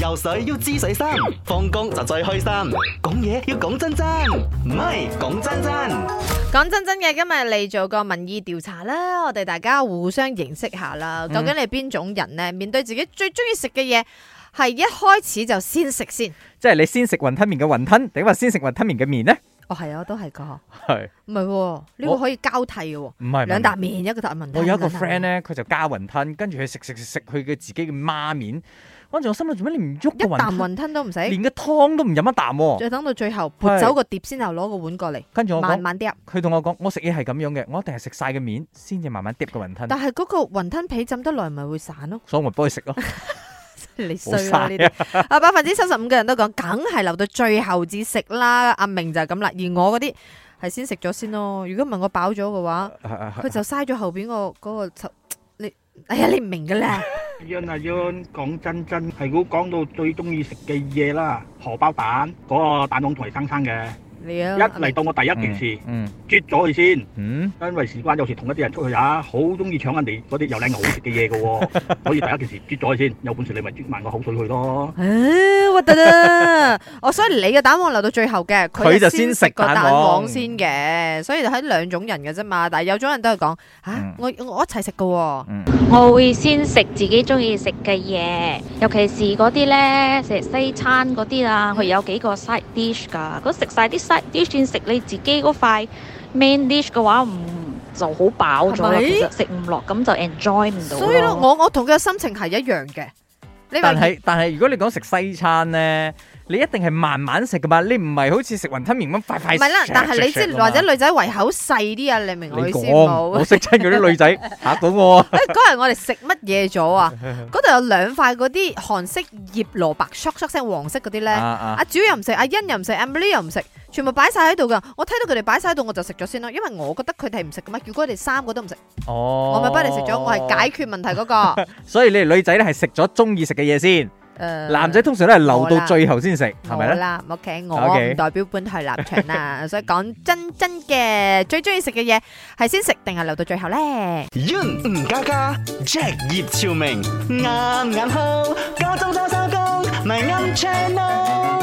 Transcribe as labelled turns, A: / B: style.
A: 游水要知水深，放工就最開心。講嘢要講真真，唔係講真真。
B: 講真真嘅，今日嚟做個民意調查啦，我哋大家互相認識下啦。
C: 嗯
B: 究竟你係邊種人呢？面對自己最中意食嘅嘢，係一開始就先食先。
C: 即係你先食雲吞麵嘅雲吞，定話先食雲吞麵嘅麵呢？
B: 哦，係啊，我都係噶，
C: 係
B: 唔係喎呢個
C: 我
B: 可以交替嘅喎，
C: 唔係
B: 兩笪。麵一個笪雲
C: 我
B: 吞。
C: 有一個
B: 兩笪麵
C: friend，咧，佢就加雲吞，跟住佢食食食食佢嘅自己嘅孖麵。跟住我心諗做咩你唔喐
B: 一
C: 個雲
B: 啖
C: 吞，
B: 雲吞都唔使，
C: 連個湯都唔飲一啖喎。
B: 再等到最後撥走個碟先，又攞個碗過嚟，
C: 跟住我
B: 慢
C: 講，
B: 慢啲。啊
C: 佢同我講，我食嘢係咁樣嘅，我一定係食晒嘅麵先至慢慢揼個雲吞，
B: 但係嗰個雲吞皮浸得耐，咪會散咯。
C: 所以我咪幫佢食咯。
B: 你衰啦呢啲啊！百分之七十五嘅人都講，梗係留到最後至食啦。阿明就係咁啦，而我嗰啲係先食咗先咯。如果唔係我飽咗嘅
C: 啊
B: 話，佢就嘥咗後邊個嗰個你哎呀，你唔明噶啦。
D: Yun 啊 Yun，講真真係如果講到最中意食嘅嘢啦，荷包蛋嗰、個蛋黃同嚟生生嘅，
B: 你啊，
D: 一嚟到我第一件事，
C: 嗯
D: 啜咗佢先，
C: 嗯，
D: 因為事關有時同一啲人出去啊，好中意搶人哋嗰啲又靚又好食嘅嘢嘅喎，所以第一件事啜咗佢先，有本事你咪啜埋個口水佢咯。
B: 唉核突啦！哦，所以你嘅蛋黃留到最後嘅，
C: 佢就先食
B: 個蛋
C: 蛋
B: 黃
C: 黃
B: 先嘅，所以就喺兩種人嘅啫嘛。但係有種人都係講吓
C: 嗯，
B: 我我一齊食嘅喎。
E: 我會先食自己中意食嘅嘢，尤其是嗰啲咧食西餐嗰啲啊，
B: 嗯
E: 佢有幾個 side dish 㗎。如果食晒啲 side dish 先食你自己嗰塊 main dish 嘅話，唔就好飽咗啦。
B: 係咪
E: 其實食唔落，咁就 enjoy 唔到
B: 所以咯，我我同佢嘅心情係一樣嘅。你話
C: 但係但係如果你講食西餐咧，你一定係慢慢食噶嘛，你唔係好似食雲吞麵咁快快
B: 唔
C: 食。
B: 係啦，但係你知
C: 食㗎嘛
B: 或者女仔胃口細啲啊，你明我意
C: 你
B: 思
C: 講，
B: 冇
C: 我？識親嗰啲女仔嚇到我。
B: 誒嗰日我哋食乜嘢咗啊？ 嗰度有兩塊嗰啲韓式葉蘿蔔，唰唰聲黃色嗰啲咧。阿
C: 啊
B: 主又唔食，阿欣又唔食，Emily 又唔食，全部擺晒喺度噶。我睇到佢哋擺晒喺度，我就食咗先咯。因為我覺得佢哋唔食噶嘛。如果佢哋三個都唔食，
C: 哦，
B: 我咪幫你食咗。我係解。決問題 嗰個。
C: 所以你哋女仔咧係食咗中意食嘅嘢先，
B: 誒
C: 男仔通常都係留
B: 嗯我啦
C: 到最後先食，係
B: 我
C: 咪咧？
B: 啦，OK，我
C: OK
B: 唔代表本台立場啦。所以講真真嘅，最中意食嘅嘢係先食定係留到最後咧？
A: Yun 吳家家，Jack 葉朝明，啱啱好，家中裝修工咪啱 channel。